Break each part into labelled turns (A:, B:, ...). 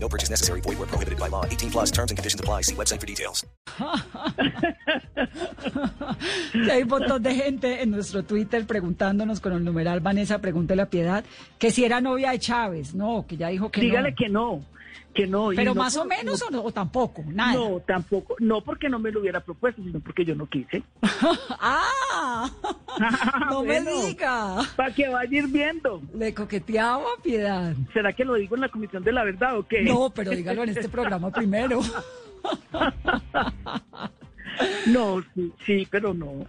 A: No purchase necessary. Void where prohibited by law. 18 plus terms and conditions apply. See website for details.
B: Y hay un montón de gente en nuestro Twitter preguntándonos con el numeral Vanessa Pregúntele a Piedad que si era novia de Chávez. No, que ya dijo que
C: Dígale
B: no.
C: que no, que no. y
B: Pero
C: no
B: más o
C: por-
B: menos o, no- o tampoco, nada.
C: No, tampoco, no porque no me lo hubiera propuesto, sino porque yo no quise.
B: ¡Ah! no
C: Bueno.
B: me diga.
C: Para que vaya ir viendo.
B: Le coqueteaba a Piedad.
C: ¿Será que lo digo en la comisión de la verdad o qué?
B: No, pero dígalo en este programa primero.
C: No, sí, sí, pero no.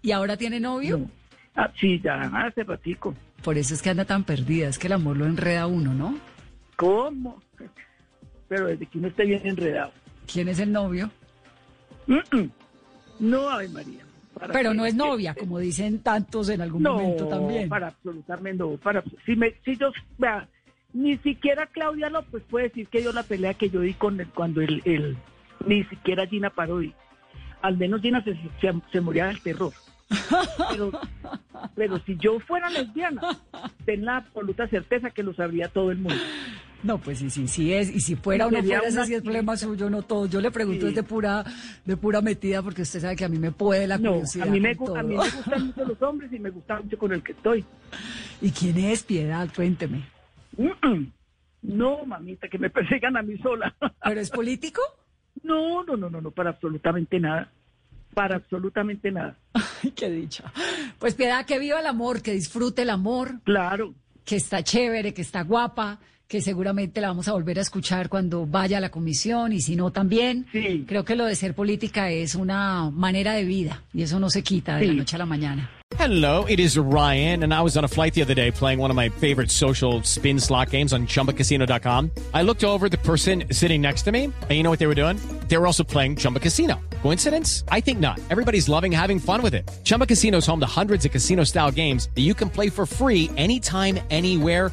B: ¿Y ahora tiene novio?
C: no. Ah, sí, ya hace ratico.
B: Por eso es que anda tan perdida. Es que el amor lo enreda a uno, ¿no?
C: ¿Cómo? Pero desde que uno esté bien enredado.
B: ¿Quién es el novio?
C: Mm-mm. No, Ave María. ¿para
B: Pero
C: qué?
B: no es novia, como dicen tantos en algún
C: No,
B: momento también.
C: para absolutamente no. Para, si, me, si yo, vea, ni siquiera Claudia López pues puede decir que yo la pelea que yo di con el- cuando el, el- ni siquiera Gina Parodi. Al menos Gina se, se, se moría del terror. Pero, pero si yo fuera lesbiana, ten la absoluta certeza que lo sabría todo el mundo.
B: No, pues sí, sí, sí es. Y si fuera o no
C: Sería
B: fuera, ese
C: una
B: sí es problema suyo, no todo. Yo le pregunto
C: Sí.
B: es de pura, de pura metida, porque usted sabe que a mí me puede la
C: No,
B: curiosidad.
C: a mí, me,
B: con
C: gu- a mí
B: todo.
C: me gustan mucho los hombres y me gusta mucho con el que estoy.
B: ¿Y quién es Piedad? Cuénteme.
C: No, mamita, que me persigan a mí sola.
B: ¿Pero es político?
C: No, no, no, no, no, para absolutamente nada. Para absolutamente nada.
B: Ay, qué dicha. Pues Piedad, que viva el amor, que disfrute el amor,
C: Claro.
B: que está chévere, que está guapa, que seguramente la vamos a volver a escuchar cuando vaya a la comisión y si no también.
C: Sí.
B: Creo que lo de ser política es una manera de vida y eso no se quita de la
C: Sí.
B: noche a la mañana.
D: Hello, it is Ryan, and I was on a flight the other day playing one of my favorite social spin slot games on chumbacasino.com. I looked over at the person sitting next to me, and you know what they were doing? They were also playing Chumba Casino. Coincidence? I think not. Everybody's loving having fun with it. Chumba Casino is home to hundreds of casino style games that you can play for free anytime, anywhere,